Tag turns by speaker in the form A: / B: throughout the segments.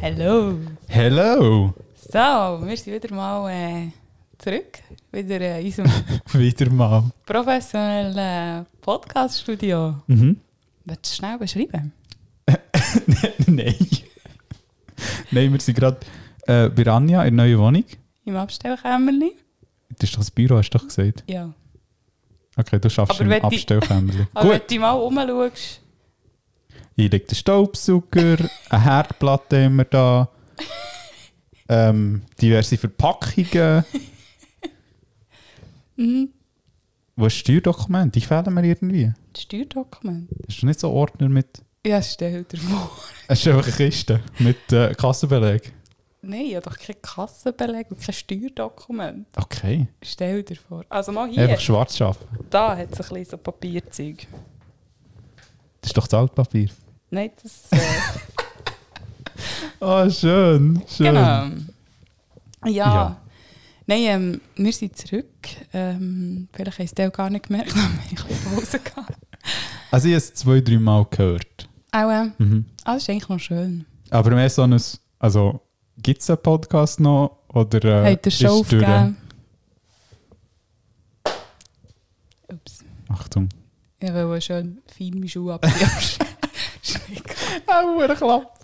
A: Hallo.
B: Hello!
A: So, wir sind wieder mal äh, zurück. Wieder äh, in unserem
B: Wieder mal.
A: professionellen äh, Podcast-Studio.
B: Mhm.
A: Willst du schnell beschreiben?
B: Nein. Nein, wir sind gerade äh, bei Anja in der neuen Wohnung.
A: Im Abstellkämmerli?
B: Das ist doch das Büro, hast du doch gesagt.
A: Ja. Oh,
B: Okay, du schaffst
A: Aber
B: im
A: wenn die-
B: Abstellkämmerchen.
A: Aber
B: Gut,
A: wenn du mal rumschaust,
B: hier liegt der Staubsauger, eine Herdplatte immer da, ähm, diverse Verpackungen.
A: mhm.
B: Wo ist das Steuerdokument? Die fehlen mir irgendwie.
A: das Steuerdokument.
B: Hast du nicht so einen Ordner mit...
A: Ja, stell dir vor.
B: Es ist einfach eine Kiste mit äh, Kassenbeleg.
A: Nein, ich habe doch keinen Kassenbeleg und kein Steuerdokument.
B: Okay,
A: Stell dir vor. Also mal hier,
B: einfach schwarz schaffen.
A: da hat es ein bisschen so Papierzeug.
B: Das ist doch das Altpapier.
A: Nein, das... Äh,
B: Ah, schön, schön.
A: Genau. Ja.
B: Ja.
A: Nein, ähm, wir sind zurück. Ähm, vielleicht haben sie es gar nicht gemerkt, aber ich habe Pause gehabt.
B: Also ich habe es zwei, drei Mal gehört.
A: Auch, ähm,
B: Mhm.
A: ah, das ist eigentlich noch schön.
B: Aber mehr so ein... Also, gibt es einen Podcast noch? Oder äh,
A: Habt ihr schon
B: ist durch?
A: aufgegeben? Ups.
B: Achtung.
A: Ich will schön fein meine Schuhe abziehen.
B: Au, er klappt.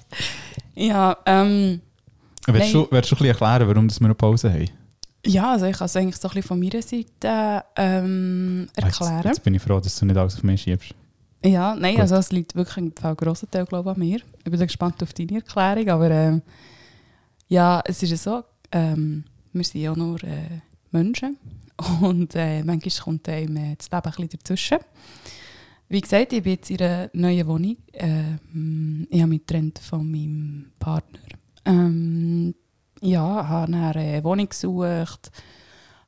A: ja, ähm,
B: Willst du, willst du ein bisschen erklären, warum das wir eine Pause haben?
A: ja, also ich kann es eigentlich so ein bisschen von meiner Seite ähm,
B: Ah, Jetzt,
A: erklären.
B: jetzt bin ich froh, dass du nicht alles auf mich schiebst.
A: Ja, nein,
B: Gut.
A: also es liegt wirklich im Fall grossen Teil glaube ich, an mir. Ich bin da gespannt auf deine Erklärung, aber ähm, ja, es ist ja so, ähm, wir sind ja nur äh, Menschen und äh, manchmal kommt einem äh, das Leben ein bisschen dazwischen. Wie gesagt, ich bin jetzt in einer neuen Wohnung. Ähm, ich habe mich getrennt von meinem Partner. Ähm, ja, habe dann eine Wohnung gesucht,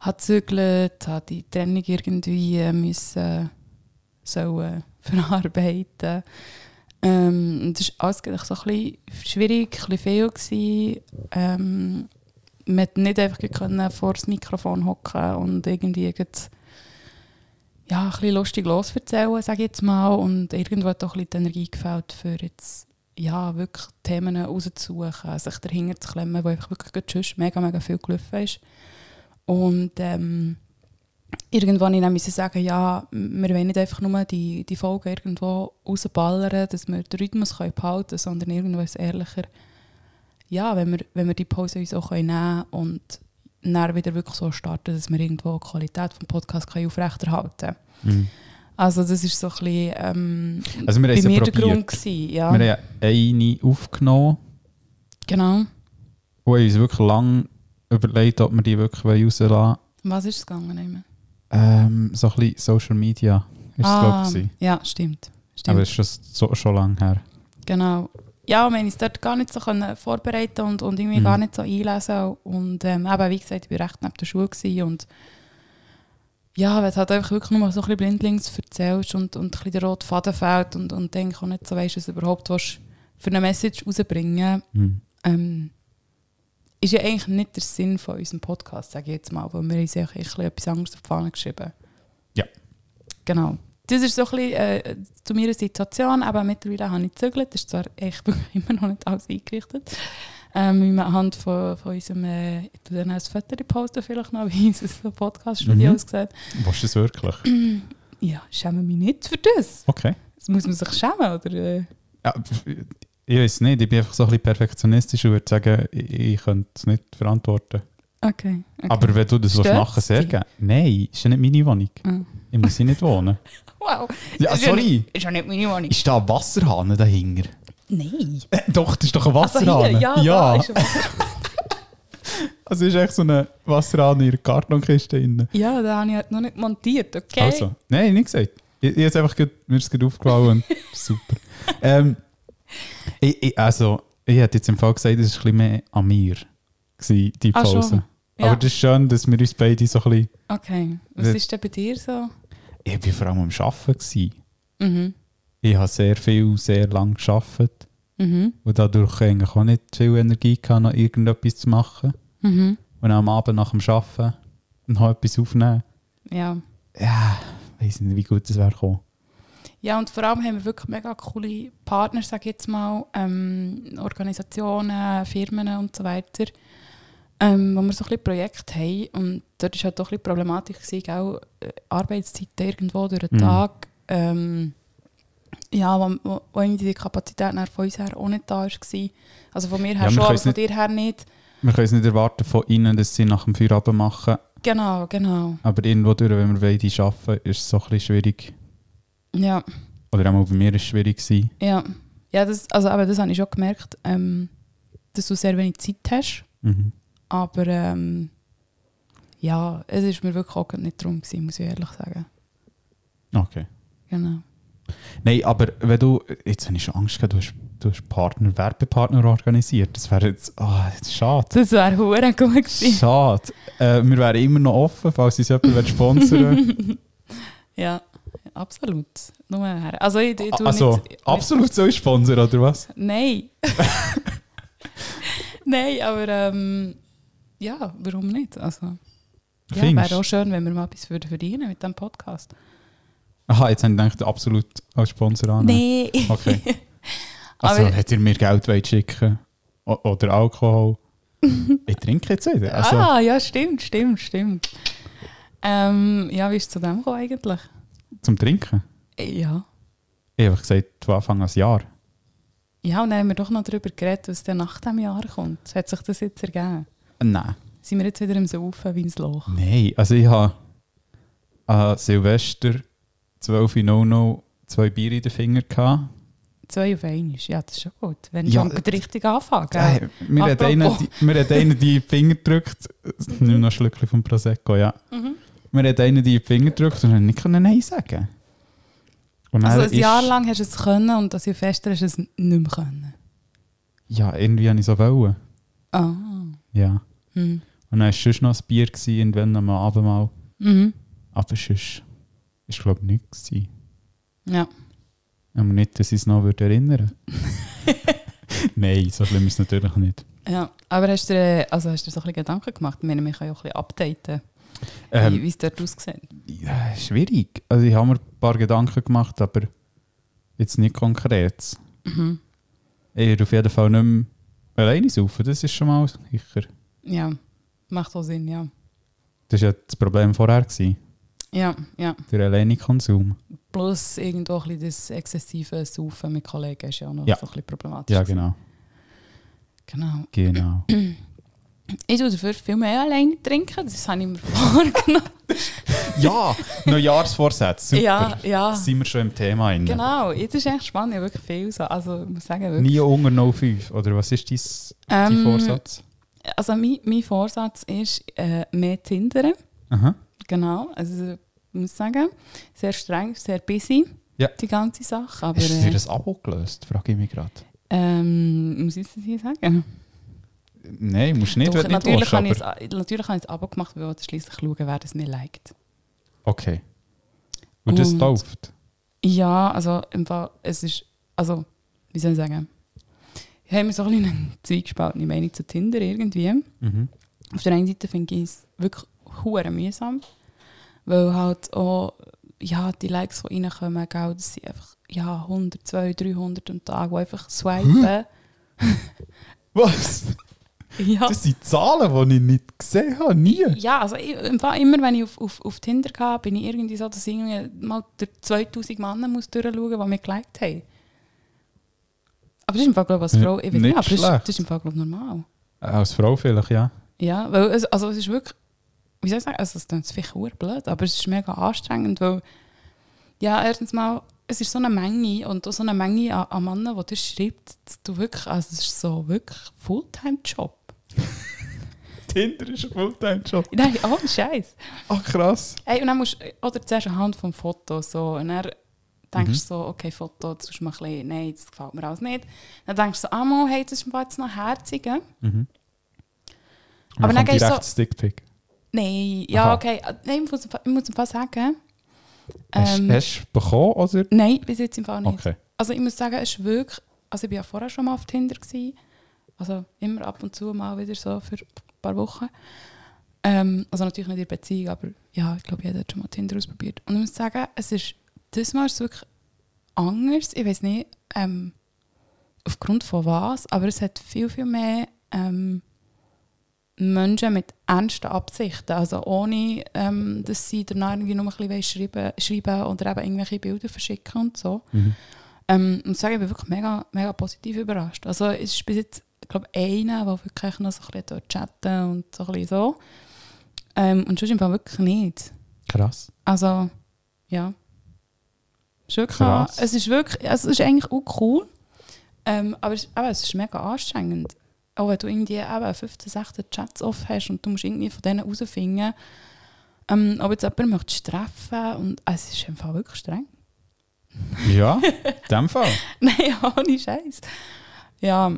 A: habe gezügelt, habe die Trennung irgendwie äh, müssen sollen verarbeiten. Ähm, und das war alles gleich so ein bisschen schwierig, ein bisschen viel. Gewesen. Ähm, man hat nicht einfach können vor das Mikrofon hocken und irgendwie gleich, ja, ein bisschen lustig losverzählen, sage ich jetzt mal. Und irgendwo hat auch ein bisschen die Energie gefällt, für jetzt ja, wirklich Themen rauszusuchen, sich dahinter zu klemmen, wo einfach wirklich gerade sonst mega, mega viel gelaufen ist. Und ähm, irgendwann ich dann müssen sagen, ja, m- wir wollen nicht einfach nur die, die Folge irgendwo rausballern, dass wir den Rhythmus können behalten können, sondern irgendwas ehrlicher. Ja, wenn wir, wenn wir die Pause uns auch können nehmen und dann wieder wirklich so starten, dass wir irgendwo die Qualität des Podcasts können aufrechterhalten können. Also das ist so ein bisschen ähm,
B: Mhm. Also wir
A: bei
B: haben es ja
A: mir der
B: probiert.
A: Grund gewesen, ja.
B: Wir haben ja eine aufgenommen
A: Genau.
B: und haben uns wirklich lange überlegt, ob wir die wirklich rauslassen wollen.
A: Was ist es gegangen? Nicht mehr?
B: Ähm, so ein bisschen Social Media ist es, glaube ich.
A: ja, Ah, stimmt. stimmt.
B: Aber es ist schon, so, schon lange her.
A: Genau. Ja, wir haben uns dort gar nicht so können vorbereiten und, und irgendwie
B: Mhm.
A: gar nicht so einlesen. Und ähm, eben, wie gesagt, ich war recht neben der Schule. Gewesen und ja, wenn du halt einfach wirklich nur so ein bisschen blindlings erzählst und, und ein bisschen der rote Faden fällt und, und dann auch nicht so weißt, was du überhaupt willst, für eine Message rausbringen
B: Mhm.
A: ähm, ist ja eigentlich nicht der Sinn von unserem Podcast, sage ich jetzt mal, weil wir uns ja ein bisschen etwas anderes auf die Fahne geschrieben.
B: Ja.
A: Genau. Das ist so ein bisschen äh, zu meiner Situation, aber mittlerweile habe ich gezögert. Das ist zwar echt wirklich immer noch nicht alles eingerichtet. Ähm, anhand von, von unserem, äh, ich tue dann auch ein Foto posten vielleicht noch, wie unser Podcast-Studio
B: Mhm.
A: aussieht.
B: Was ist es wirklich?
A: Ja, schäme mich nicht für das.
B: Okay.
A: Das muss man sich schämen, oder? äh?
B: Ja, pf, ich weiß nicht, ich bin einfach so ein bisschen perfektionistisch und würde sagen, ich, ich könnte es nicht verantworten.
A: Okay. okay.
B: Aber wenn du das willst
A: Stört's
B: machen sehr
A: dich?
B: gerne. Nein, ist ja nicht meine Wohnung.
A: Ah.
B: Ich muss hier nicht wohnen.
A: Wow.
B: Ja,
A: Ist ja
B: sorry,
A: Ist ja nicht meine Wohnung.
B: ist da ein Wasserhahn dahinter?
A: Nein.
B: Äh, Doch, das ist doch ein
A: Also
B: Wasserhahn.
A: hier, ja, Da ist ein-
B: also ist echt so ein Wasserhahn in der Kartonkiste drin.
A: ja, da habe ich halt noch nicht montiert, okay?
B: Also, nein, nicht gesagt. Ich, ich hab's einfach grad, mir ist es gerade aufgefallen. und Super. Ähm, ich, ich, also, ich hätte jetzt im Fall gesagt, es war ein bisschen mehr an mir, gewesen, die
A: Ah, schon.
B: Pause.
A: Ja.
B: Aber das ist schön, dass wir uns beide so ein bisschen.
A: Okay, was
B: Wird-
A: ist denn bei dir so?
B: Ich war vor allem am Arbeiten. Gewesen.
A: Mhm.
B: Ich habe sehr viel, sehr lange gearbeitet.
A: Mhm.
B: Und dadurch eigentlich auch nicht viel Energie gehabt, noch irgendetwas zu machen.
A: Mhm.
B: Und am Abend nach dem Arbeiten noch etwas aufnehmen.
A: Ja.
B: Ja, ich weiß nicht, wie gut das wäre gekommen.
A: Ja, und vor allem haben wir wirklich mega coole Partner, sage ich jetzt mal, ähm, Organisationen, Firmen und so weiter, ähm, wo wir so ein bisschen Projekte haben. Und dort war halt doch ein bisschen die Problematik, gewesen, auch Arbeitszeiten irgendwo durch den
B: Mhm.
A: Tag, ähm, ja, wo, wo, wo irgendwie die Kapazität nachher von uns her auch nicht da war. Also von mir her
B: wir
A: schon, aber
B: können's
A: von
B: nicht-
A: dir her nicht.
B: Wir können es nicht erwarten von ihnen, dass sie nach dem Feierabend machen.
A: Genau, genau.
B: Aber irgendwo durch, wenn wir beide arbeiten, ist es so ein bisschen schwierig.
A: Ja.
B: Oder auch mal bei mir war es schwierig. Gewesen.
A: Ja, ja das, also, aber das habe ich schon gemerkt, ähm, dass du sehr wenig Zeit hast.
B: Mhm.
A: Aber ähm, ja, es ist mir wirklich auch gerade nicht drum, gewesen, muss ich ehrlich sagen.
B: Okay.
A: Genau.
B: Nein, aber wenn du. Jetzt habe ich schon Angst gehabt, du hast, du hast Partner, Werbepartner organisiert. Das wäre jetzt. Ah, jetzt schade.
A: Das wäre hure gut gewesen.
B: Schade. Äh, wir wären immer noch offen, falls uns jemand will sponsern
A: Ja, absolut. Nur her. Also, ich, ich tue
B: Also,
A: nicht, nicht-
B: absolut so ein Sponsor, oder was?
A: Nein. Nein, aber ähm, ja, warum nicht? Also, ja,
B: Findest
A: wäre auch schön, wenn wir mal etwas würden verdienen mit diesem Podcast.
B: Aha, jetzt habe ich gedacht, absolut als Sponsor an.
A: Nein.
B: Ah, Okay.
A: Aber-
B: Also, hättet ihr mir Geld wollt schicken O- Oder Alkohol? ich trinke jetzt wieder. Also,
A: Ah, ja, stimmt, stimmt, stimmt. Ähm, ja, wie ist es zu dem gekommen eigentlich?
B: zum Trinken.
A: Äh, Ja.
B: Ich habe gesagt, von Anfang an ein Jahr.
A: Ja, und dann haben wir doch noch darüber geredet, was dann nach dem Jahr kommt. Hat sich das jetzt ergeben?
B: Nein.
A: Sind wir jetzt wieder im Saufen wie ins Loch?
B: Nein, also ich habe an Silvester 12 in No-No zwei Bier in den Fingern gehabt.
A: Zwei auf einmal. Ja, das ist schon gut. Wenn ich
B: Ja,
A: ja, mit richtig anfangen.
B: Äh,
A: gell?
B: Mir hat einer
A: Apropos.
B: die- mir hat einer die Finger gedrückt. Nimm noch ein Schlückchen vom Prosecco, ja.
A: Mhm.
B: Mir hat einer die Finger gedrückt und hat nicht können Nein sagen. Und dann
A: Also ein
B: ist-
A: Jahr lang hast du es können und das Jahr fester hast du es nicht mehr können.
B: Ja, irgendwie habe ich so wollen.
A: Ah.
B: Ja.
A: Hm.
B: Und dann war sonst noch ein Bier, gewesen, irgendwann am Abend mal.
A: Mhm.
B: Aber sonst ist glaube ich, nichts. gewesen.
A: Ja.
B: Aber nicht, dass ich es noch würde erinnern Nein, so schlimm ist es natürlich nicht.
A: ja. Aber hast du dir, also hast du dir so ein bisschen Gedanken gemacht? Ich meine, wir können ja auch ein bisschen updaten, wie-
B: Ähm,
A: wie es dort aussieht.
B: ja, schwierig. Also ich habe mir ein paar Gedanken gemacht, aber jetzt nicht konkret.
A: Mhm.
B: Ich würde auf jeden Fall nicht mehr alleine saufen, das ist schon mal sicher.
A: Ja. Macht auch Sinn, ja.
B: Das war ja das Problem vorher, gewesen,
A: Ja, ja.
B: der alleine Konsum.
A: Plus irgendwo ein bisschen das exzessive Saufen mit Kollegen ist ja auch noch
B: Ja.
A: so ein bisschen problematisch.
B: Ja, genau.
A: genau.
B: genau.
A: Ich tue dafür viel mehr alleine trinken, das habe ich mir vorgenommen.
B: ja, Neujahrsvorsätze, super.
A: ja, ja.
B: Sind wir schon im Thema inne.
A: Genau, jetzt ist echt spannend, ich habe wirklich viel so. Also ich muss sagen, wirklich.
B: Nie unter 05, oder was ist dein, dein
A: Ähm,
B: Vorsatz?
A: Also mein, mein Vorsatz ist äh, mehr Tindern,
B: Aha.
A: genau. Also ich muss sagen, sehr streng, sehr busy,
B: Ja.
A: die ganze Sache. Aber
B: Hast du dir
A: äh,
B: das Abo gelöst, frage ich mich gerade.
A: ähm, muss ich das hier sagen?
B: Nein, musst du nicht,
A: Doch,
B: wenn du nicht
A: natürlich,
B: willst,
A: habe ich
B: aber...
A: es, natürlich habe ich es abgemacht, weil ich schließlich schauen, wer das mir liked.
B: Okay. Und das
A: Und-
B: läuft.
A: Ja, also im Fall, es ist, also, wie soll ich sagen, ich habe mir so ein bisschen eine zweigespaltene Meinung zu Tinder irgendwie.
B: Mhm.
A: Auf der einen Seite finde ich es wirklich hure mühsam, weil halt auch, ja, die Likes, die reinkommen, gell, das sind einfach, ja, 100, 200, 300 am Tag, die einfach swipen.
B: Was?
A: ja.
B: Das sind Zahlen, die ich nicht gesehen habe, nie.
A: Ja, also ich, im Fall, immer wenn ich auf, auf, auf Tinder gehe, bin ich irgendwie so, dass ich irgendwie mal durch 2000 Männer muss durchschauen muss, die mich geliked haben. Aber das ist im Fall, glaube ich, als
B: Ja,
A: Frau, ich weiß
B: nicht
A: nicht, aber das, ist-
B: schlecht.
A: das ist im Fall, glaube ich, normal.
B: Äh, Als Frau vielleicht, ja.
A: Ja, weil es, also es ist wirklich, wie soll ich sagen, also es klingt vielleicht verdammt blöd, aber es ist mega anstrengend, weil, ja, erstens mal, es ist so eine Menge und auch so eine Menge an, an Männern, die dir schreibt, dass du wirklich, also es ist so wirklich Fulltime-Job.
B: Tinder ist ein Fulltime-Job.
A: Nein, ohne Scheiß.
B: Ach, krass.
A: Hey, und dann musst du oder zuerst anhand vom Foto so, und dann denkst du
B: Mhm.
A: so, okay, Foto, das ist mal ein bisschen, nein, das gefällt mir alles nicht. Dann denkst du so, ah, mal, hey, das ist mir jetzt noch herzig, hä?
B: Mhm.
A: Aber dann gehst du so-
B: direkt so... Dickpick.
A: Nein, ja,
B: Aha.
A: okay, Ah, nein, ich muss, im Fall- ich muss im Fall sagen,
B: Hast
A: ähm,
B: hast du bekommen, oder?
A: nein, bis jetzt im Fall nicht.
B: Okay.
A: Also ich muss sagen, es ist wirklich, also ich war ja vorher schon mal auf Tinder, gewesen, also immer ab und zu mal wieder so für ein paar Wochen. Ähm, also natürlich nicht in der Beziehung, aber ja, ich glaube, jeder hat schon mal Tinder ausprobiert. Und ich muss sagen, es ist, das Mal ist es wirklich anders. Ich weiß nicht, ähm, aufgrund von was, aber es hat viel, viel mehr ähm, Menschen mit ernsten Absichten. Also ohne, ähm, dass sie danach irgendwie nur ein bisschen wollen schreiben, schreiben oder eben irgendwelche Bilder verschicken und so.
B: Mhm.
A: Ähm, und sagen, ich bin wirklich mega, mega positiv überrascht. Also es ist bis jetzt, ich glaube, einer, der wirklich noch so ein bisschen dort chatten und so ein bisschen so. Ähm, und sonst im Fall wirklich nicht.
B: Krass.
A: Also, ja. Ist wirklich,
B: Krass.
A: Es ist wirklich, also es ist eigentlich auch cool, ähm, aber es, aber es ist mega anstrengend. Auch wenn du irgendwie eben 15, 16 Chats offen hast und du musst irgendwie von denen herausfinden, ähm, ob jetzt jemand möchte treffen und also es ist im Fall wirklich streng.
B: Ja, in dem Fall.
A: Nein, ohne Scheiß. Ja.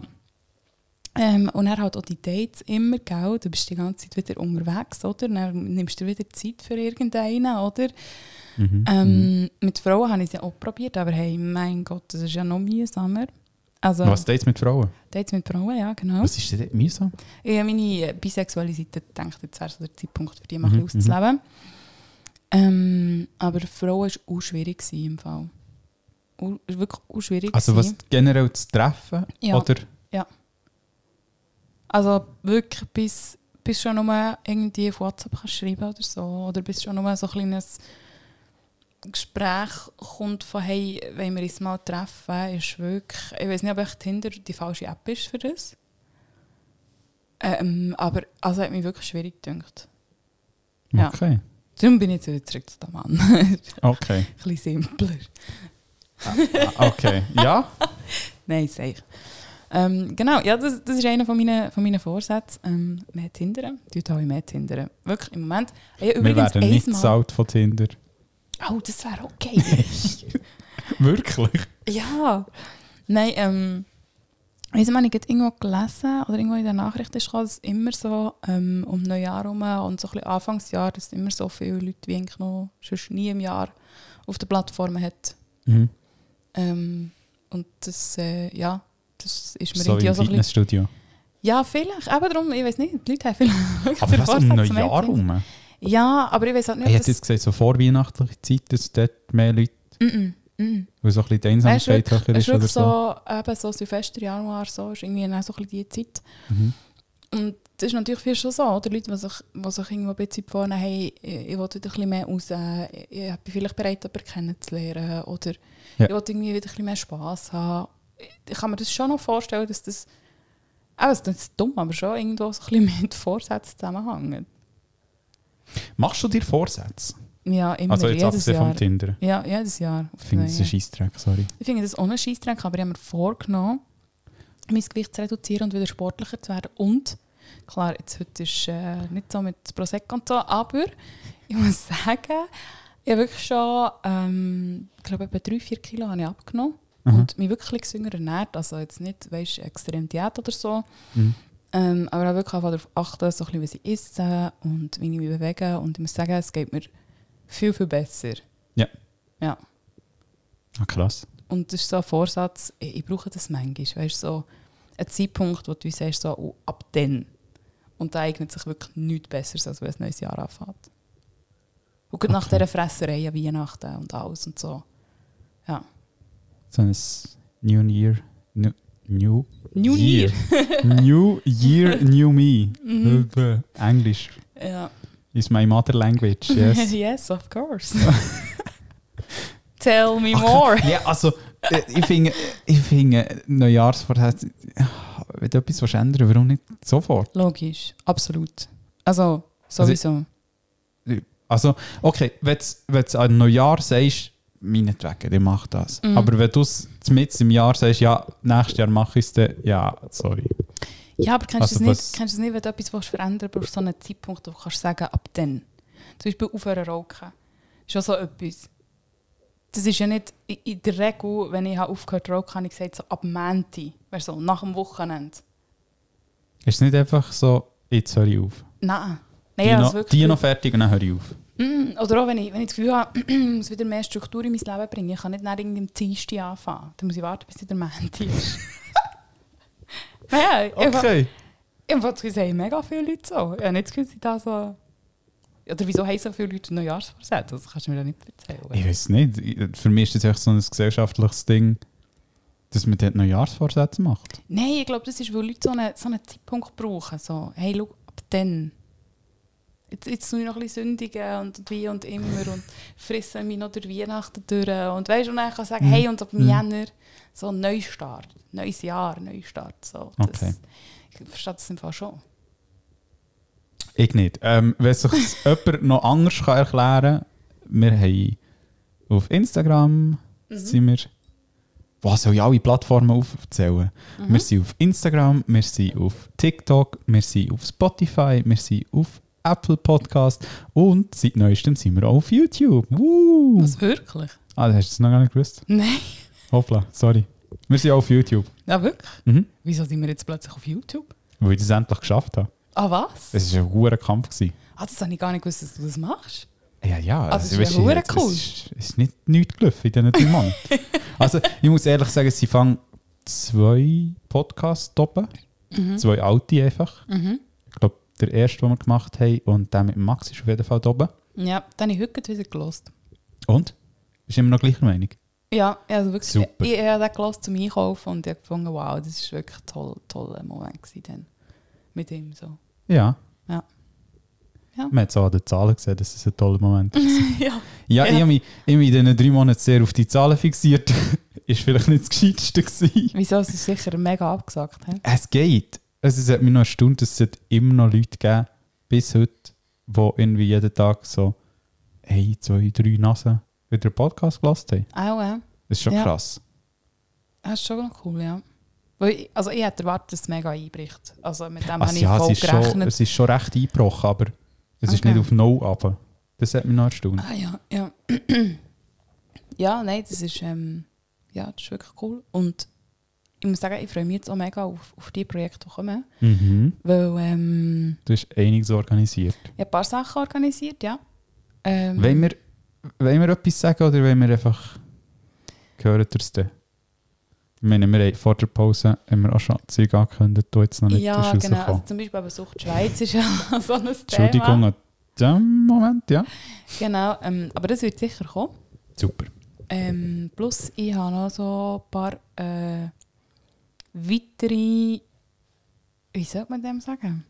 A: Ähm, und er hat auch die Dates immer, gell? Du bist die ganze Zeit wieder unterwegs, oder? Dann nimmst du wieder Zeit für irgendeinen, oder?
B: Mhm. Mhm.
A: Ähm, Mit Frauen habe ich es ja auch probiert, aber hey, mein Gott, das ist ja noch mühsamer. Also,
B: Was Dates mit Frauen?
A: Dates mit Frauen, ja, genau.
B: Was ist denn mühsam?
A: Ich habe meine äh, bisexuelle Seite gedacht, jetzt wäre so der Zeitpunkt, für die mal
B: Mhm,
A: ein bisschen auszuleben. Ähm, aber Frauen war auch schwierig gewesen im Fall. Au- ist wirklich auch schwierig.
B: Also was
A: gewesen.
B: generell zu treffen
A: Ja.
B: oder
A: also wirklich bis, bis schon nur irgendwie auf WhatsApp kannst schreiben oder so. Oder bis schon nur so ein kleines Gespräch kommt von «Hey, wenn wir uns mal treffen?» ist wirklich... Ich weiß nicht, ob echt Tinder die falsche App ist für das. Ähm, aber also hat mich wirklich schwierig gedacht. Ja.
B: Okay.
A: Darum bin ich jetzt wieder zurück zu dem Mann. ein
B: Okay.
A: bisschen simpler.
B: Ah, Okay. Ja?
A: Nein, sicher. Ähm, genau, ja, das, das ist einer von meinen, von meinen Vorsätzen. Ähm, mehr Tinderen. Tut alle mehr Tinderen. Wirklich, im Moment. Ich habe
B: Wir
A: übrigens
B: werden nicht
A: einmal...
B: saut von Tinder.
A: Oh, das wäre okay.
B: Wirklich?
A: ja. Nein, ähm... Weiss ich meine, ich habe irgendwo gelesen oder irgendwo in den Nachrichten ist gekommen, dass immer so ähm, um Neujahr herum und so ein bisschen Anfangsjahr, dass immer so viele Leute wie eigentlich noch sonst nie im Jahr auf der Plattform hat.
B: Mhm.
A: Ähm, und das, äh, ja, das ist mir
B: So
A: irgendwie
B: im
A: auch so ein bisschen...
B: Fitnessstudio.
A: Ja, vielleicht. Eben darum, ich weiß nicht, die Leute haben vielleicht
B: Aber was um
A: Vorsätze
B: ein
A: mehr
B: Jahr
A: drin.
B: rum? Ah,
A: Ja, aber ich weiß halt
B: Ich
A: nicht,
B: hätte jetzt gesagt, so vorweihnachtliche Zeit, dass dort mehr Leute,
A: Mm-mm, mm.
B: weil so ein bisschen die
A: Weißt du,
B: Einsamkeit
A: wirklich,
B: höher
A: es
B: ist
A: ist
B: oder
A: wirklich
B: so.
A: so, eben so Silvester, Januar, so ist irgendwie dann auch so ein bisschen die Zeit.
B: Mhm.
A: Und das ist natürlich viel schon so, oder? Leute, die sich, die sich irgendwo ein bisschen vornehmen, hey, ich ich will wieder ein bisschen mehr raus, ich- ich bin vielleicht bereit, jemanden kennenzulernen, oder
B: Ja.
A: ich will irgendwie wieder ein bisschen mehr Spass haben. Ich kann mir das schon noch vorstellen, dass das, auch es ist dumm, aber schon irgendwo so ein bisschen mit Vorsätzen zusammenhängt.
B: Machst du dir Vorsätze?
A: Ja, immer,
B: Also jetzt
A: jedes
B: abgesehen
A: Jahr. Oh
B: vom Tinder.
A: Ja, jedes Jahr.
B: Ich finde, das
A: Neue.
B: ist ein Scheissdreck, sorry.
A: Ich finde das ohne Scheissdreck, aber ich habe mir vorgenommen, mein Gewicht zu reduzieren und wieder sportlicher zu werden. Und, klar, jetzt heute ist äh, nicht so mit Prosecco und so, aber ich muss sagen, ich habe wirklich schon, ähm, ich glaube, etwa 3-4 Kilo habe ich abgenommen.
B: Aha.
A: Und mich wirklich ein bisschen gesünder ernährt. Also jetzt nicht, weißt, extrem Diät oder so.
B: Mhm.
A: Ähm, aber auch wirklich einfach darauf achten, so ein bisschen, was ich esse und wie ich mich bewege. Und ich muss sagen, es geht mir viel, viel besser.
B: Ah, krass.
A: Und das ist so ein Vorsatz, ich, ich brauche das manchmal. Weißt, so ein Zeitpunkt, wo du sagst, so, oh, ab dann. Und da eignet sich wirklich nichts Besseres, als wenn ein neues Jahr anfängt. Und gerade nach
B: Okay.
A: dieser Fresserei an Weihnachten und alles und so.
B: So ein New Year. New, new,
A: New
B: Year. new Year, New Me.
A: Mhm.
B: Äh, Englisch
A: Ja.
B: is my mother language, yes.
A: yes, of course. Tell me
B: Ach,
A: more.
B: Ja, also, äh, ich finde, ich finde Neujahrsvorsätze, äh, wenn du etwas willst ändern warum nicht sofort?
A: Logisch, absolut. Also, sowieso.
B: Also, okay, wenn du an Neujahr sagst, meinetwegen, ich mache das.
A: Mhm.
B: Aber wenn du es mitten im Jahr sagst, ja, nächstes Jahr mache ich es dann, ja, sorry.
A: Ja, aber kennst
B: Also
A: du es
B: was-
A: nicht, kennst du es nicht, wenn du etwas willst verändern willst, brauchst du so einen Zeitpunkt, wo du kannst sagen, ab dann. Zum Beispiel aufhören rauchen. Ist ja so etwas. Das ist ja nicht in- in der Regel, wenn ich habe aufgehört rauchen, habe ich gesagt, so ab Mänti, weißt du, so, nach dem Wochenende.
B: Ist es nicht einfach so, jetzt höre ich auf.
A: Nein.
B: die,
A: Nein, also
B: noch,
A: wirklich.
B: die noch fertig und dann höre ich auf.
A: Mm, Oder auch wenn ich, wenn ich das Gefühl habe, ich muss wieder mehr Struktur in mein Leben bringen. Ich kann nicht nach irgendeinem Dienstag anfangen. Dann muss ich warten, bis wieder Mänti ist. naja, ich-
B: Okay.
A: Ich habe das Gefühl, es haben mega viele Leute so. Ich habe nicht das Gefühl, dass ich da so Oder wieso haben so viele Leute Neujahrsvorsätze? Das kannst du mir doch nicht
B: Ich
A: erzählen.
B: weiß nicht. Ich- Für mich ist das echt so ein gesellschaftliches Ding, dass man dort Neujahrsvorsätze macht.
A: Nein, ich glaube, das ist, weil Leute so einen, so einen Zeitpunkt brauchen. So, hey, schau, ab dann. Jetzt, jetzt muss ich noch ein bisschen sündigen und wie und immer und fressen mich noch durch Weihnachten durch. Und weißt du, und dann kann ich sagen,
B: Mhm.
A: hey, und ab
B: Mhm.
A: Jänner so ein Neustart, neues Jahr, Neustart. So, das,
B: Okay.
A: Ich verstehe das im Fall schon.
B: Ich nicht. Ähm, wenn sich jemand noch anders kann erklären kann, wir haben auf Instagram
A: Mhm.
B: sind wir. Was soll ich alle Plattformen aufzählen? Wir sind auf Instagram, wir sind auf TikTok, wir sind auf Spotify, wir sind auf Apple Podcast und seit neuestem sind wir auch auf YouTube. Woo!
A: Was wirklich?
B: Ah, das hast du jetzt noch gar nicht gewusst.
A: Mhm. Nein.
B: Hoppla, sorry. Wir sind auch auf YouTube.
A: Ja, wirklich?
B: Mhm.
A: Wieso sind wir jetzt plötzlich auf YouTube?
B: Weil ich das endlich geschafft habe.
A: Ah, was?
B: Es war ein hoher Kampf. Gewesen.
A: Ah, das habe ich gar nicht gewusst, dass du das machst.
B: Ja, ja.
A: Also, es ist
B: weißt
A: ja
B: du,
A: hure
B: jetzt-
A: cool.
B: Es ist, es ist nicht nichts gelaufen in diesen drei Monaten. also, ich muss ehrlich sagen, sie fangen zwei Podcasts toppen.
A: Mhm.
B: Zwei alte einfach. Ich glaube, der erste, den wir gemacht haben, und der mit Max ist auf jeden Fall oben.
A: Ja, dann habe ich heute gerade wieder gelost.
B: Und? Bist du immer noch gleicher Meinung?
A: Ja, also wirklich.
B: Super.
A: Ich, ich habe den gelost zum Einkaufen und ich habe gefunden, wow, das ist wirklich ein toll, toller Moment gewesen dann. Mit ihm so.
B: Ja.
A: Ja. Ja.
B: Man hat es auch an den Zahlen gesehen, dass es ein toller Moment ist.
A: ja.
B: Ja,
A: Ja.
B: ich habe mich, ich habe mich in diesen drei Monaten sehr auf die Zahlen fixiert. ist vielleicht nicht das Gescheiteste gewesen.
A: Wieso? Es ist sicher mega abgesagt. He?
B: Es geht. Also es hat mich noch erstaunt, dass es hat immer noch Leute gegeben, bis heute, die irgendwie jeden Tag so ein, zwei, drei Nasen wieder einen Podcast gelassen haben.
A: Auch, ja.
B: Das ist schon
A: Ja.
B: krass.
A: Das ist schon noch cool, ja. Weil ich, also ich hätte erwartet, dass es mega einbricht. Also mit dem habe
B: Also
A: ich
B: ja, es
A: voll
B: ist, schon,
A: gerechnet.
B: es ist schon recht eingebrochen, aber es ist
A: Okay.
B: nicht auf No runter. Das hat mich noch erstaunt.
A: Ah ja, ja. ja, nein, das ist, ähm, ja, das ist wirklich cool. Und ich muss sagen, ich freue mich jetzt auch mega auf, auf die Projekte, die kommen.
B: Mhm.
A: Weil ähm,
B: Du hast einiges organisiert.
A: ich habe ein paar Sachen organisiert, ja. Ähm,
B: Wollen, wir, wollen wir etwas sagen oder wollen wir einfach hören das dann? Ich meine, wir haben vor der Pause haben wir auch schon Zeug angekündigt, die jetzt noch nicht
A: ja,
B: ist
A: genau. Also
B: rausgekommen.
A: zum Beispiel eben Sucht Schweiz ist ja so ein
B: Entschuldigung,
A: Thema.
B: an dem Moment, ja.
A: Genau, ähm, aber das wird sicher kommen.
B: Super.
A: Ähm, plus, ich habe noch so ein paar äh, weitere, wie soll man dem sagen?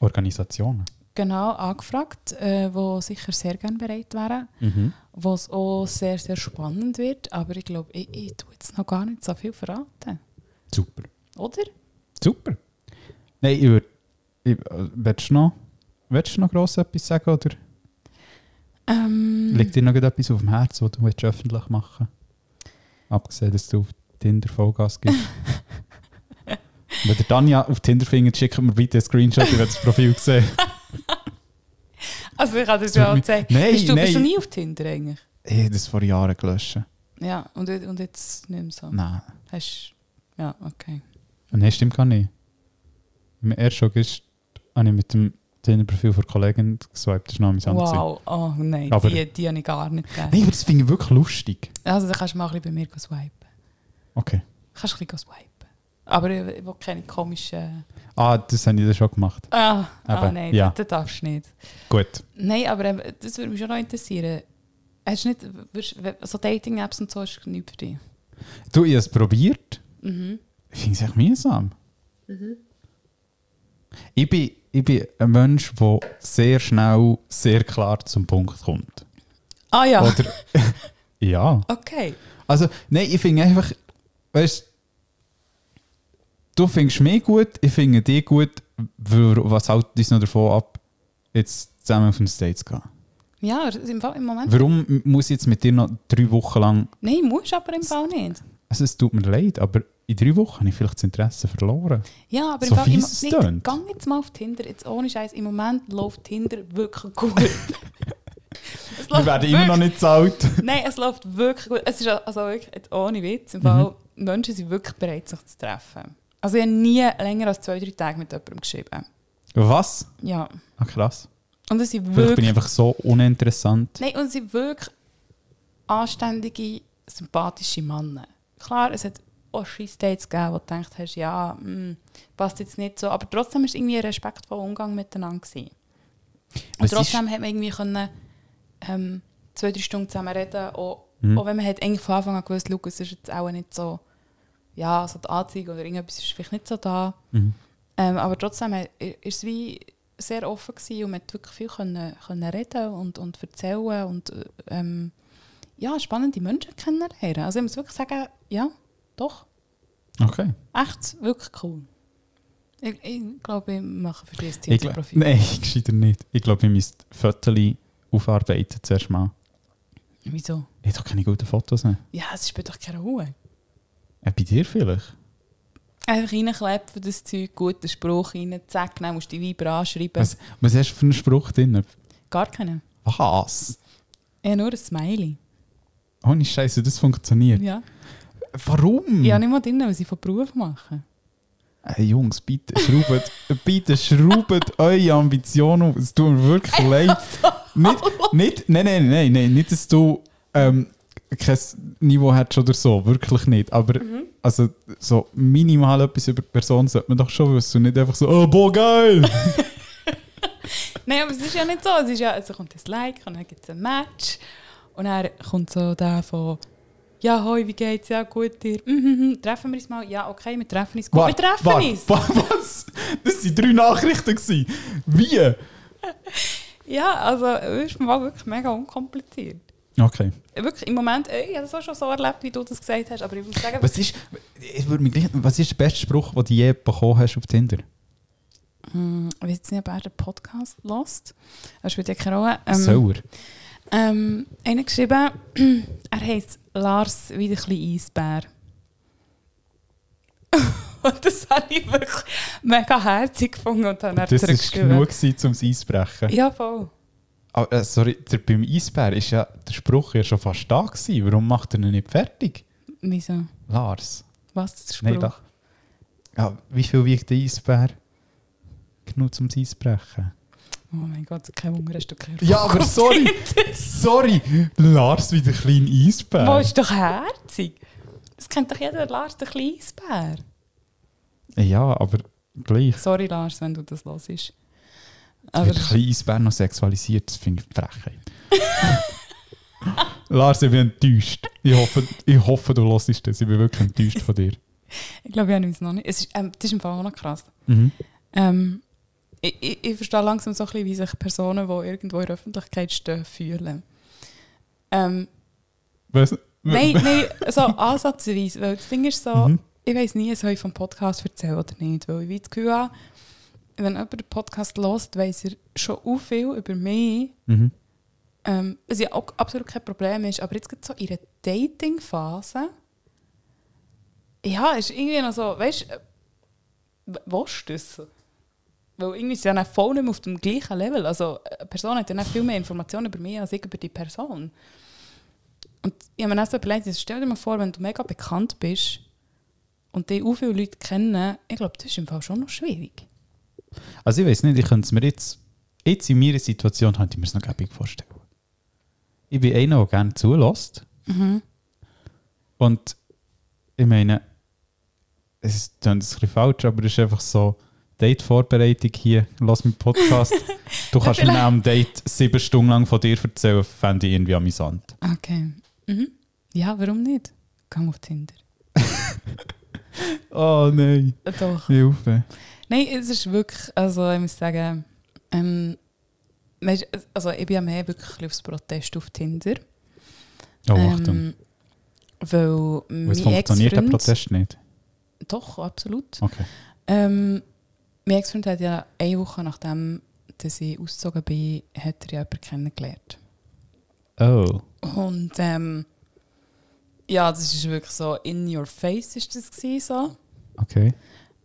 B: Organisationen.
A: Genau, angefragt, äh, wo sicher sehr gerne bereit wären,
B: Mhm.
A: was auch sehr, sehr spannend wird. Aber ich glaube, ich, ich tue jetzt noch gar nicht so viel verraten.
B: Super.
A: Oder?
B: Super. Nein, ich würde. Ich, äh, willst, du noch, willst du noch gross etwas sagen oder
A: Ähm,
B: liegt dir noch gerade etwas auf dem Herzen, was du willst öffentlich machen Abgesehen, dass du auf Tinder Vollgas gibst. Wenn der Tanja auf Tinder findet, schickt mir bitte einen Screenshot, ich will das Profil sehen.
A: also ich kann das
B: Tut
A: ja auch
B: mir-
A: sagen.
B: Nein,
A: bist, du, bist du
B: nein.
A: nie auf Tinder eigentlich?
B: Ich habe das vor Jahren gelöscht.
A: Ja, und, und jetzt nicht mehr so.
B: Nein.
A: Hast ja, okay.
B: Nein, stimmt gar nicht. Im ersten August habe ich mit dem Tinder-Profil von Kollegen geswiped, das ist noch mein anderes.
A: Wow, oh nein,
B: Aber-
A: die, die habe ich gar nicht gegeben.
B: Nein, aber das finde ich wirklich lustig.
A: Also dann kannst du mal ein bisschen bei mir swipen.
B: Okay.
A: Kannst ein bisschen swipen. Aber ich, ich will keine komischen...
B: Ah, das habe ich dann schon gemacht.
A: Ah, ah
B: Aber,
A: nein,
B: ja.
A: das, das darfst du nicht.
B: Gut.
A: Nein, aber ähm, das würde mich schon noch interessieren. Hast du nicht, wirst- we- so Dating-Apps und so ist nichts für dich?
B: Du, ich habe es probiert.
A: Mhm.
B: Ich finde es echt mühsam. Ich, bin, ich bin ein Mensch, der sehr schnell, sehr klar zum Punkt kommt.
A: Ah ja,
B: Oder? ja.
A: okay.
B: Also, nein, ich finde einfach, weißt du, findest mich gut, ich finde dich gut, weil- was hält uns noch davon ab, jetzt zusammen auf den States zu gehen?
A: Ja, aber im, Fall, im Moment...
B: Warum m- muss ich jetzt mit dir noch drei Wochen lang,
A: Nein, musst aber im Fall nicht.
B: also es tut mir leid, aber in drei Wochen habe ich vielleicht das Interesse verloren.
A: Ja, aber im
B: So
A: Fall... Im,
B: fies es
A: nee,
B: tönt.
A: geh jetzt mal auf Tinder. Jetzt ohne Scheiß, im Moment läuft Tinder wirklich gut. Es läuft
B: Wir werden immer noch
A: wirklich-
B: nicht zu alt.
A: Nein, es läuft wirklich gut. Es ist also wirklich jetzt ohne Witz. Im Fall,
B: Mhm.
A: Menschen sind wirklich bereit, sich zu treffen. Also ich habe nie länger als zwei, drei Tage mit jemandem geschrieben.
B: Was?
A: Ja.
B: Ah, krass.
A: Und es sind
B: Vielleicht bin ich
A: wirklich...
B: einfach so uninteressant.
A: Nein, und es sind wirklich anständige, sympathische Männer. Klar, es hat auch Scheiss-Dates gegeben, wo du gedacht hast, ja, hm, passt jetzt nicht so. Aber trotzdem war es irgendwie ein respektvoller Umgang miteinander. Gewesen. Und
B: Es ist-
A: trotzdem hat man irgendwie können, ähm, zwei, drei Stunden zusammen reden. Auch,
B: Mhm.
A: auch wenn man hat eigentlich von Anfang an gewusst, Lukas es ist jetzt auch nicht so, ja, so die Anzeige oder irgendetwas ist vielleicht nicht so da.
B: Mhm.
A: Ähm, aber trotzdem war es wie sehr offen gewesen und man konnte wirklich viel können, können reden und, und erzählen und äh, ähm, ja, spannende Menschen kennenlernen. Also ich muss wirklich sagen, ja, doch,
B: Okay.
A: echt wirklich cool. Ich, ich glaube, ich mache für dich ein
B: Ich glaub-
A: Tinder-Profil.
B: Nein, gescheiter nicht. Ich glaube, ich müsste Fotos aufarbeiten zuerst mal.
A: Wieso?
B: Ich habe doch keine guten Fotos mehr.
A: Ja, es spielt doch keine Ruhe.
B: Äh, bei dir vielleicht?
A: Einfach reinkleppen, das Zeug, guten Spruch rein, zack, dann musst du die Weiber anschreiben.
B: Was, was hast du für einen Spruch drin?
A: Gar keinen.
B: Was?
A: Ja, nur ein Smiley.
B: Ohne Scheiße, das funktioniert.
A: Ja.
B: Warum?
A: Ich habe nicht mal drin, was ich von Beruf mache.
B: Hey Jungs, bitte schraubt, bitte schraubt eure Ambitionen auf. Es tut mir wirklich leid.
A: also-
B: Nicht, nicht, nein, nein, nein, nein, nicht, dass du ähm, kein Niveau hättest oder so, wirklich nicht. Aber
A: Mhm.
B: also, so minimal etwas über die Person sollte man doch schon wissen und nicht einfach so, oh, boah, geil!
A: Nein, aber es ist ja nicht so. Es ist ja, also kommt ein Like und dann gibt es ein Match. Und dann kommt so der von «Ja, hoi, wie geht's? Ja, gut, dir? Mhm, mhm. Treffen wir uns mal? Ja, okay, wir treffen uns. Gut, wir
B: Warte,
A: treffen
B: warte,
A: uns!»
B: wa- Was? Das waren drei Nachrichten. Gewesen. Wie?
A: Ja, also es ist mal wirklich mega unkompliziert.
B: Okay.
A: Wirklich, im Moment, äh, ich habe das auch schon so erlebt, wie du das gesagt hast, aber ich muss sagen...
B: Was ist, ich würde mich gleich, was ist der beste Spruch, den du je bekommen hast auf Tinder?
A: Hm, ich weiß jetzt nicht, ob er den Podcast lost. Er spielt ja keine Rolle. Ähm,
B: Sauer.
A: Ähm, einer geschrieben, er heisst Lars wie der kleine Eisbär. und das habe ich wirklich mega herzig gefunden und dann
B: Das ist genug, gewesen, um es einzubrechen.
A: Ja, voll.
B: Ah, äh, sorry, der, beim Eisbär ist ja der Spruch ja schon fast da gewesen. Warum macht er ihn nicht fertig?
A: Wieso?
B: Lars.
A: Was das Spruch?
B: Nein, doch. Ja, wie viel wiegt der Eisbär? Genug um zum Eisbrechen.
A: Oh mein Gott, kein Hunger hast du gehört.
B: Ja, aber sorry, sorry. Lars wie der kleine Eisbär.
A: Wo ist doch herzig? Das kennt doch jeder, Lars, der kleine Eisbär.
B: Ja, aber gleich.
A: Sorry, Lars, wenn du das hörst.
B: Aber
A: Aber
B: der kleine Eisbär noch sexualisiert, das finde ich Frechheit. Lars, ich bin enttäuscht. Ich hoffe, ich hoffe du hörst das. Ich bin wirklich enttäuscht von dir.
A: ich glaube, ich habe es noch nicht. Es ist, ähm, das ist im Fall auch noch krass.
B: Mhm.
A: Ähm, ich, ich, ich verstehe langsam so ein bisschen, wie sich Personen, die irgendwo in der Öffentlichkeit stehen, fühlen. Ähm,
B: Was?
A: nein, nein, so ansatzweise. Weil das Ding ist so,
B: Mhm.
A: ich weiß nie, soll ich vom Podcast erzählen oder nicht. Weil ich wie das Gefühl habe, wenn jemand den Podcast hört, weiß er schon auch viel über mich.
B: Mhm.
A: Ähm, was ja auch absolut kein Problem ist. Aber jetzt gerade so in der Dating-Phase, ja, ist irgendwie noch so, weißt äh, du, was das? Weil irgendwie sind ja dann voll nicht mehr auf dem gleichen Level. Also eine Person hat ja dann viel mehr Informationen über mich als ich über die Person. Und ich habe mir dann so überlegt, jetzt stell dir mal vor, wenn du mega bekannt bist und dich auch viele Leute kennen, ich glaube, das ist im Fall schon noch schwierig.
B: Also ich weiß nicht, ich könnte es mir jetzt, jetzt in meiner Situation, könnte ich mir es noch gäbig vorstellen. Ich bin einer, der gerne zulässt.
A: Mhm.
B: Und ich meine, es ist klingt jetzt ein bisschen falsch, aber es ist einfach so, Date-Vorbereitung hier, lass meinen Podcast. du kannst mir
A: vielleicht.
B: am Date sieben Stunden lang von dir erzählen, fände ich irgendwie amüsant.
A: Okay. Mhm. Ja, warum nicht? Gang auf Tinder.
B: Oh nein,
A: Äh, Doch.
B: Hilfe.
A: Nein, es ist wirklich, also ich muss sagen, ähm, weisst du, also ich bin ja mehr wirklich ein bisschen aufs Protest auf Tinder. Ähm,
B: Oh, Achtung.
A: weil
B: Weil es
A: mein
B: funktioniert der
A: Ex-Freund-
B: Protest nicht.
A: Doch, absolut.
B: Okay.
A: Ähm, mein Ex-Freund hat ja eine Woche nachdem dass ich ausgezogen bin, hat er ja jemanden kennengelernt.
B: Oh.
A: Und ähm, ja, das ist wirklich so, in your face ist das gewesen, so.
B: Okay.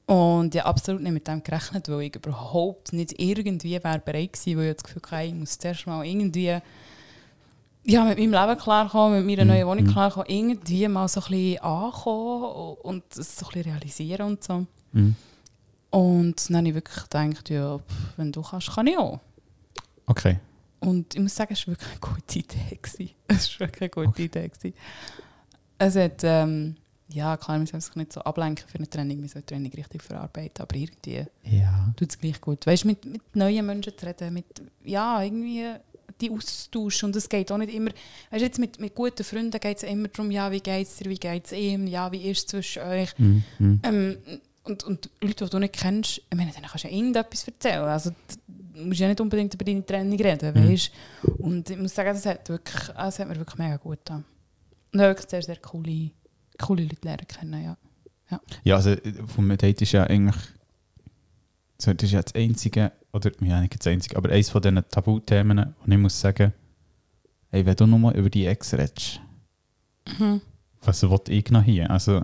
A: Und ja, absolut nicht mit dem gerechnet, weil ich überhaupt nicht irgendwie wäre bereit gewesen, weil ich das Gefühl hatte, ich muss zuerst mal irgendwie ja, mit meinem Leben klarkommen, mit meiner
B: Mhm.
A: neuen Wohnung
B: Mhm.
A: klarkommen, irgendwie mal so ein bisschen ankommen o- und es so ein bisschen realisieren und so.
B: Mhm.
A: Und dann habe ich wirklich gedacht, ja, pff, wenn du kannst, kann ich auch.
B: Okay.
A: Und ich muss sagen, es war wirklich eine gute Idee. gewesen. Es war wirklich eine gute Idee. gewesen. Es hat, ähm, ja, klar, wir sollen sich nicht so ablenken für eine Training, wir sollen die Training richtig verarbeiten, aber irgendwie
B: Ja.
A: tut es gleich gut. Weißt du, mit, mit neuen Menschen zu reden, mit, ja, irgendwie die Austausch und es geht auch nicht immer, weißt du, jetzt mit, mit guten Freunden geht es immer darum, ja, wie geht's dir, wie geht's ihm, ja, wie ist es zwischen euch,
B: Mhm. Mhm.
A: ähm, und, und Leute, die du nicht kennst, ich meine, denen kannst du ja irgendetwas erzählen. Also, d- du musst ja nicht unbedingt über deine Training reden,
B: Mhm.
A: weißt Und ich muss sagen, es hat, wirklich, es hat mir wirklich mega gut getan. Und ich habe wirklich sehr, sehr coole, coole Leute lernen kennen, ja.
B: Ja, also äh, vom Date ist ja eigentlich. So, das ist ja das einzige, oder ja, nicht das einzige, aber eines von diesen Tabuthemen, und ich muss sagen, ey, wenn du nochmal über die Ex redest,
A: Mhm.
B: was will ich noch hier? Also,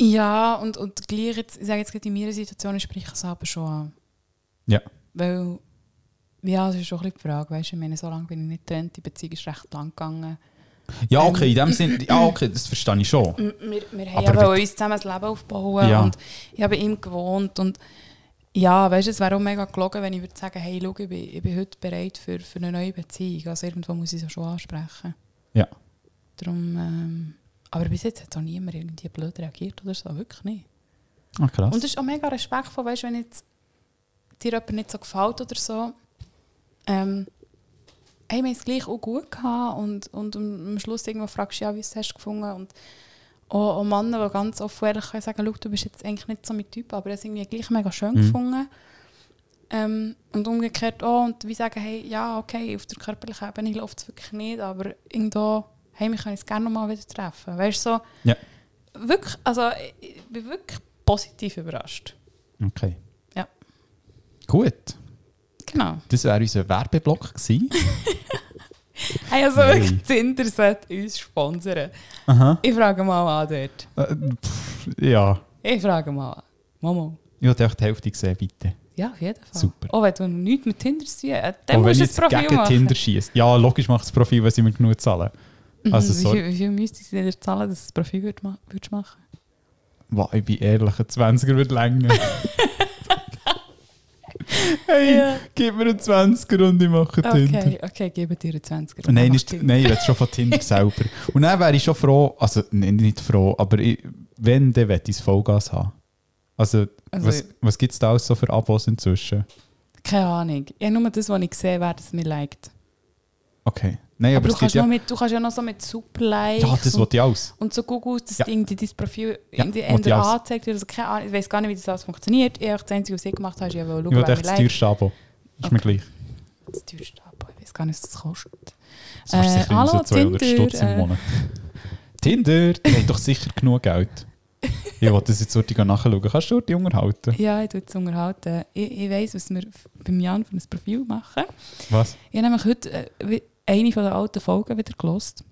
A: Ja, und, und gleich, jetzt, ich sage jetzt gerade in meiner Situation, ich spreche es aber schon an.
B: Ja.
A: Weil, ja, das ist schon ein bisschen die Frage, weißt du, ich meine, so lange bin ich nicht getrennt, die Beziehung ist recht lang gegangen. Ähm.
B: ja, okay, in dem Sinn, ja, okay, das verstehe ich schon.
A: M- Wir, wir
B: Aber
A: haben aber uns zusammen das Leben aufbauen
B: Ja.
A: und ich habe bei ihm gewohnt und ja, weißt, du, es wäre auch mega gelogen, wenn ich würde sagen, hey, schau, ich bin, ich bin heute bereit für, für eine neue Beziehung. Also irgendwo muss ich es ja schon ansprechen.
B: Ja.
A: Darum, ähm, aber bis jetzt hat auch niemand irgendwie blöd reagiert oder so, wirklich nicht.
B: Ah, krass.
A: Und es ist auch mega respektvoll, weißt, du, wenn jetzt dir jemand nicht so gefällt oder so, ähm, hey, wir haben es gleich auch gut gehabt und, und am Schluss irgendwo fragst du, ja, wie es hast du gefunden und auch, auch Männer, die ganz offen und ehrlich können sagen, schau, du bist jetzt eigentlich nicht so mein Typ, aber das irgendwie gleich mega schön
B: Mhm.
A: gefunden. Ähm, und umgekehrt auch, und wie sagen, hey, ja, okay, auf der körperlichen Ebene läuft es wirklich nicht, aber irgendwo, hey, wir können uns gerne nochmal wieder treffen. Weißt du, so,
B: Ja.
A: wirklich, also, ich- ich bin wirklich positiv überrascht.
B: Okay.
A: Ja.
B: Gut,
A: Genau.
B: das wäre unser Werbeblock gewesen.
A: Hey, also
B: Nein.
A: wirklich, Tinder sollte uns sponsern.
B: Aha.
A: Ich frage mal an dort.
B: Äh, pff, ja.
A: Ich frage mal an. Mama.
B: Ich habe echt die Hälfte gesehen, bitte.
A: Ja, auf jeden Fall.
B: Super.
A: Oh, wenn du nichts mit Tinder zu tun hast, dann
B: Auch
A: musst
B: wenn ich
A: du ein
B: jetzt
A: Profil
B: gegen
A: machen.
B: Tinder schieße. Ja, logisch macht das Profil, wenn sie mir genug zahlen. Also,
A: Mhm, wie,
B: sorry.
A: viel, wie viel müsstest du dir zahlen, dass du das Profil würd ma- würdest machen?
B: Wow, ich bin ehrlich, ein 20er wird länger. hey,
A: Ja.
B: gib mir einen 20er und ich mache Tinder.
A: Okay, okay, gebe dir einen 20
B: Nein, ist, nein, ich rede schon von Tinder selber. Und dann wäre ich schon froh, also nein, nicht froh, aber ich, wenn, dann möchte ich das Vollgas haben. Also,
A: Also,
B: was, was gibt es da alles so für Abos inzwischen?
A: Keine Ahnung. Ja, nur das, was ich sehe, wäre, dass mir liked.
B: Okay. Nein,
A: aber
B: aber,
A: du
B: es gibt
A: kannst,
B: ja...
A: noch mit, du kannst ja noch so mit Superlikes
B: Ja, das
A: und,
B: wollte ich alles.
A: und so Google, das
B: Ja.
A: Ding, die dein Profil
B: Ja,
A: in die
B: wollte ich
A: Ende
B: alles.
A: anzeigt. wird. Also keine Ahnung, ich weiß gar nicht, wie das alles funktioniert. Ich, das Einzige, was ich gemacht habe, ist, ich wollte
B: Ich
A: schauen,
B: will
A: wer mir
B: echt das
A: liked.
B: teuerste Abo. Ist mir
A: Okay.
B: gleich.
A: Das teuerste Abo. Ich weiß gar nicht, was das kostet.
B: Das kostet
A: Äh,
B: sicher immer so
A: hallo,
B: 200
A: Tinder,
B: Stutz im
A: äh.
B: Monat. Tinder, die haben doch sicher genug Geld. Ich wollte das jetzt heute gehen nachschauen. Kannst du die unterhalten?
A: Ja, ich tue es unterhalten. Ich, ich weiss, was wir f- beim Jan für ein Profil machen.
B: Was?
A: Ich habe nämlich heute äh, wie- eine von der alten Folgen wieder gelost.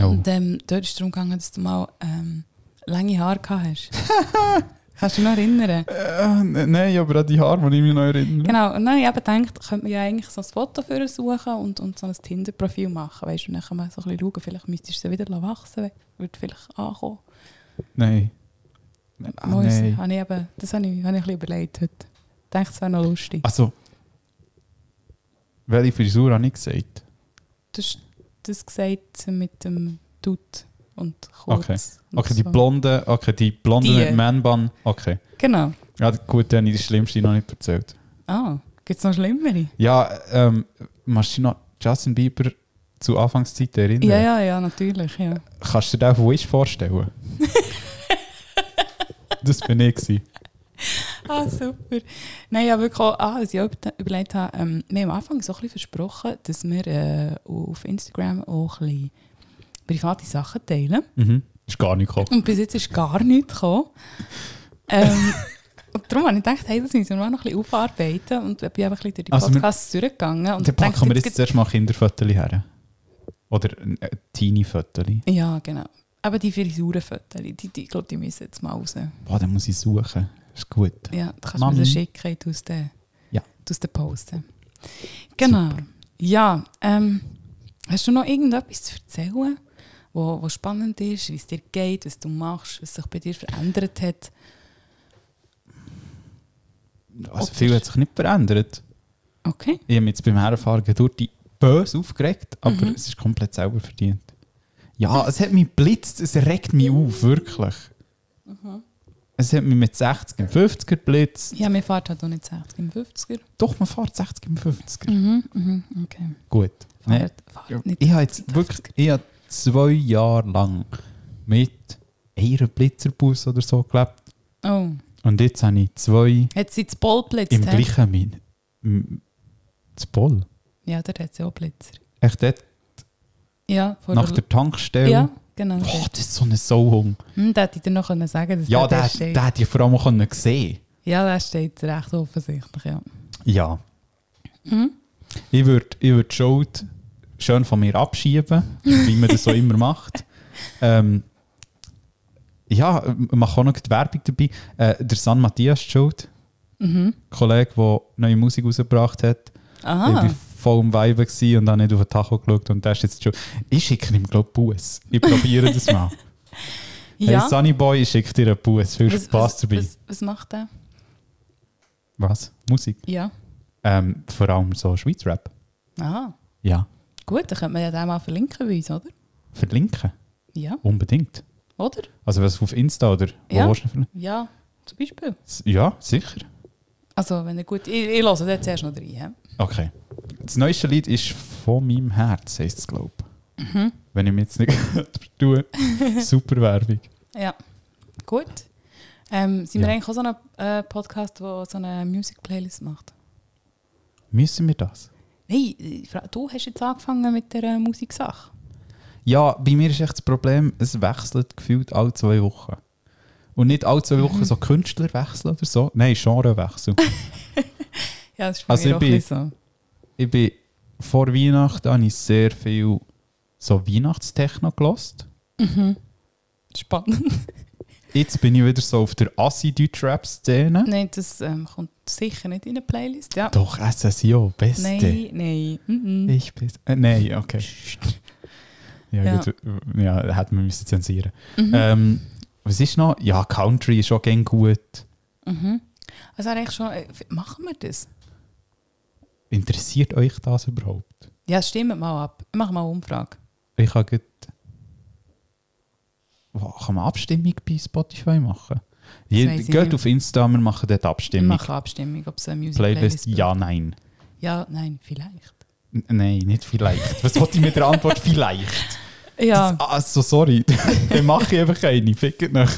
B: Oh.
A: Und ähm, dort ist es darum gegangen, dass du mal ähm, lange Haare gehabt hast. Kannst du dich noch erinnern?
B: Äh, n- nein, aber an die Haare, die ich mich noch erinnere.
A: Genau, und dann habe ich eben gedacht, könnte man ja eigentlich so ein Foto für ihn suchen und, und so ein Tinder-Profil machen, weißt du, und dann kann man so ein bisschen schauen, vielleicht müsstest du sie wieder wachsen lassen, würde vielleicht ankommen.
B: Nein. Ah,
A: Muss,
B: nein.
A: habe ich eben, das habe ich, habe ich ein bisschen überlegt heute. Ich denke, es wäre noch lustig.
B: Also, welche Frisur habe ich gesagt?
A: Du hast das gesagt mit dem Tut und kurz. und
B: Okay, die
A: so.
B: blonde, okay, die blonde
A: Die.
B: mit Man-Bun. Okay.
A: Genau.
B: Ja, gut, dann habe ich das Schlimmste noch nicht erzählt.
A: Ah, gibt es noch schlimmere?
B: Ja, ähm, musst du dich noch Justin Bieber zu Anfangszeiten erinnern?
A: Ja, ja, ja, natürlich, ja.
B: Kannst du dir den von Wish vorstellen? das bin ich. Gewesen.
A: Ah, super. Nein, ja, wirklich auch, ah, was ich auch überte- überlegt habe, ähm, wir haben am Anfang so ein bisschen versprochen, dass wir äh, auf Instagram auch ein bisschen private Sachen teilen.
B: Mhm. Ist gar nicht gekommen.
A: Und bis jetzt ist gar nichts gekommen. Ähm, und darum habe ich gedacht, hey, das müssen wir auch noch ein bisschen aufarbeiten. Und ich bin einfach ein bisschen durch die
B: Also wir-
A: Podcasts durchgegangen. Und
B: Dann packen wir
A: gedacht,
B: jetzt zuerst mal Kinderfotos her. Oder äh, Teenie-Fotos.
A: gibt's- Ja, genau. Aber die Frisurenfotos, die, die, ich glaube, die müssen jetzt mal raus.
B: Boah, dann muss ich suchen. Ist gut.
A: Ja, du kannst
B: Mami.
A: mir das schicken, ich tue es dann-
B: Ja.
A: tue es dann posten. Genau. Ja, ähm, hast du noch irgendetwas zu erzählen, was wo spannend ist, wie es dir geht, was du machst, was sich bei dir verändert hat?
B: Also
A: Oder-
B: viel hat sich nicht verändert.
A: Okay.
B: Ich habe mich jetzt beim Herfahren durch die böse aufgeregt, aber
A: Mhm.
B: es ist komplett selber verdient. Ja, es hat mich blitzt, es regt mich auf, wirklich.
A: Mhm.
B: Es hat mich mit 60 im 50er blitzt.
A: Ja, wir fahren halt auch nicht 60 im 50er.
B: Doch, man fährt 60 im 50er.
A: Mhm, mhm, okay.
B: Gut. Nee,
A: Fahrt, fahrt nicht.
B: ich habe jetzt wirklich ich habe zwei Jahre lang mit einem Blitzerbus oder so gelebt.
A: Oh,
B: Und jetzt habe ich zwei
A: hat sie das Boll geblitzt?
B: im
A: hä?
B: gleichen Min. M- Das Boll.
A: Ja, der hat sie auch Blitzer.
B: Echt dort
A: Ja, vor
B: nach der Tankstelle.
A: Ja, genau.
B: Boah,
A: Oh.
B: das ist so ein Sauhung.
A: Hm, da hätte ich dir noch können sagen dass
B: Ja,
A: der,
B: den
A: da
B: hätte
A: steht.
B: den hätte ich vor allem auch können sehen
A: Ja, der steht recht offensichtlich, ja.
B: Ja.
A: Mhm.
B: Ich würde ich würd die Schuld schön von mir abschieben, wie man das so immer macht. Ähm, ja, ich mache auch noch die Werbung dabei. Äh, der San Matthias ist schuld.
A: Mhm.
B: Kollege, der neue Musik rausgebracht hat. Ich
A: Aha.
B: war voll im Weiben gewesen und habe nicht auf den Tacho geschaut und der ist jetzt schon... Ich schicke ihm, glaube ich, Buß. Ich probiere das mal.
A: ja.
B: Hey, Sunny Boy, ich schicke dir einen Buß. Viel Spaß
A: was,
B: dabei. Was?
A: Was, was macht der?
B: Musik?
A: Ja.
B: Ähm, vor allem so Schweizrap.
A: Aha.
B: Ja.
A: Gut, dann könnte man ja den mal verlinken bei uns, oder?
B: Verlinken.
A: Ja,
B: Unbedingt.
A: oder?
B: Also was auf Insta oder wo
A: Ja.
B: willst du verlinken?
A: Ja, zum Beispiel.
B: S- Ja, sicher.
A: Also, wenn er gut... Ich, ich höre den zuerst noch rein.
B: Okay. Das neueste Lied ist «Von meinem Herz», heisst es, glaube ich.
A: Mhm.
B: Wenn ich mich jetzt nicht tue. Super Werbung.
A: hä? Ja. Gut. Ähm, sind wir
B: Ja.
A: eigentlich auch so ein äh, Podcast, der so eine Music-Playlist macht?
B: Müssen wir das?
A: Nein, ich fra- du hast jetzt angefangen mit der äh, Musiksache.
B: Ja, bei mir ist echt das Problem, es wechselt gefühlt alle zwei Wochen. Und nicht alle zwei Wochen so Künstlerwechsel oder so. Nein, Genrewechsel.
A: Ja, das ist
B: Also
A: mir
B: ich
A: auch
B: bin-
A: ein bisschen so.
B: ich bin vor Weihnachten habe ich sehr viel so Weihnachtstechno gelost.
A: Mhm. Spannend.
B: Jetzt bin ich wieder so auf der Assi-Deutschrap-Szene.
A: Nein, das ähm, kommt sicher nicht in eine Playlist, ja.
B: Doch, SSIO, Beste.
A: Nein, nein. mhm.
B: Ich bin. Äh, nein, okay. Ja,
A: Ja. Mhm.
B: gut. Ja, da hätten wir müssen zensieren. Ähm, was ist noch? Ja, Country ist auch gern gut.
A: Mhm. Also eigentlich schon, äh, f- machen wir das?
B: Interessiert euch das überhaupt?
A: Ja, stimmt mal ab. Ich mache mal eine Umfrage.
B: Ich habe gut. Wow, kann man Abstimmung bei Spotify machen? Je,
A: weiss ich
B: geht
A: nicht.
B: auf Insta, wir machen dort
A: Ich
B: Abstimmung.
A: mache eine Abstimmung, ob es eine Music
B: Playlist
A: Playlist
B: ja, nein.
A: Ja, nein, vielleicht.
B: N nein, nicht vielleicht. Was wollte ich mit der Antwort vielleicht?
A: Ja,
B: Ah, so sorry. Dann mache ich einfach eine. Fickt noch.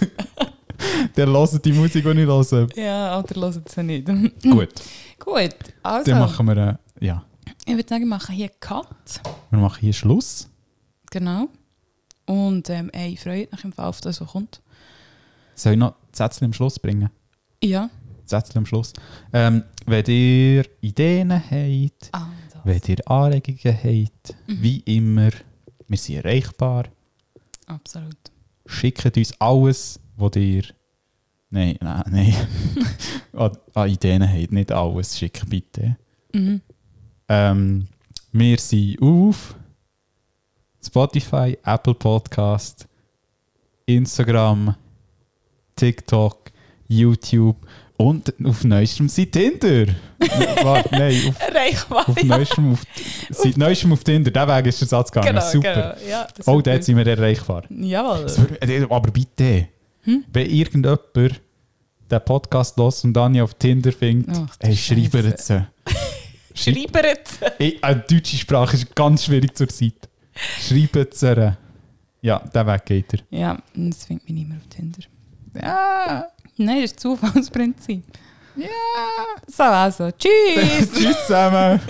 B: Dann hört die Musik, die ich höre.
A: ja oder hört es nicht.
B: Gut,
A: Gut, also,
B: dann machen wir, äh, ja,
A: ich würde sagen, wir machen hier Cut.
B: wir machen hier Schluss.
A: Genau. Und ähm, ey, freut mich im Fall auf das, was kommt.
B: Soll ich noch das Sätzchen am Schluss bringen?
A: Ja.
B: Das Sätzchen am Schluss. Ähm, wenn ihr Ideen habt,
A: Ah, da.
B: wenn ihr Anregungen habt, Mhm.
A: Mhm.
B: wie immer, wir sind erreichbar.
A: Absolut.
B: Schickt uns alles, was ihr... Nein, nein, nein. an, an Ideen habt, nicht alles. Schickt bitte.
A: Mhm.
B: Ähm, wir sind auf Spotify, Apple Podcast, Instagram, TikTok, YouTube und auf neuestem sind Tinder. Warte, nein, auf, auf
A: Reichweite.
B: neuestem auf, seit neuestem auf Tinder. Der Weg ist der Satz gegangen.
A: Genau,
B: Super.
A: Ja, das
B: Oh, dort sind wir erreichbar. Das
A: Jawohl.
B: wür- äh, Aber bitte,
A: Hm?
B: wenn irgendjemand den Podcast los und Dani auf Tinder findet,
A: Ach, du
B: hey, schreibt
A: Scheiße.
B: jetzt. Oh, Schreib-
A: Schreibert.
B: Ich, auch die deutsche Sprache ist ganz schwierig zur Zeit. Schreiben zu einer. Ja, der Weg geht er.
A: Ja, das findet mich nicht mehr auf Tinder.
B: Ja,
A: Nein, das ist Zufallsprinzip.
B: ja.
A: So, also, tschüss!
B: Tschüss zusammen.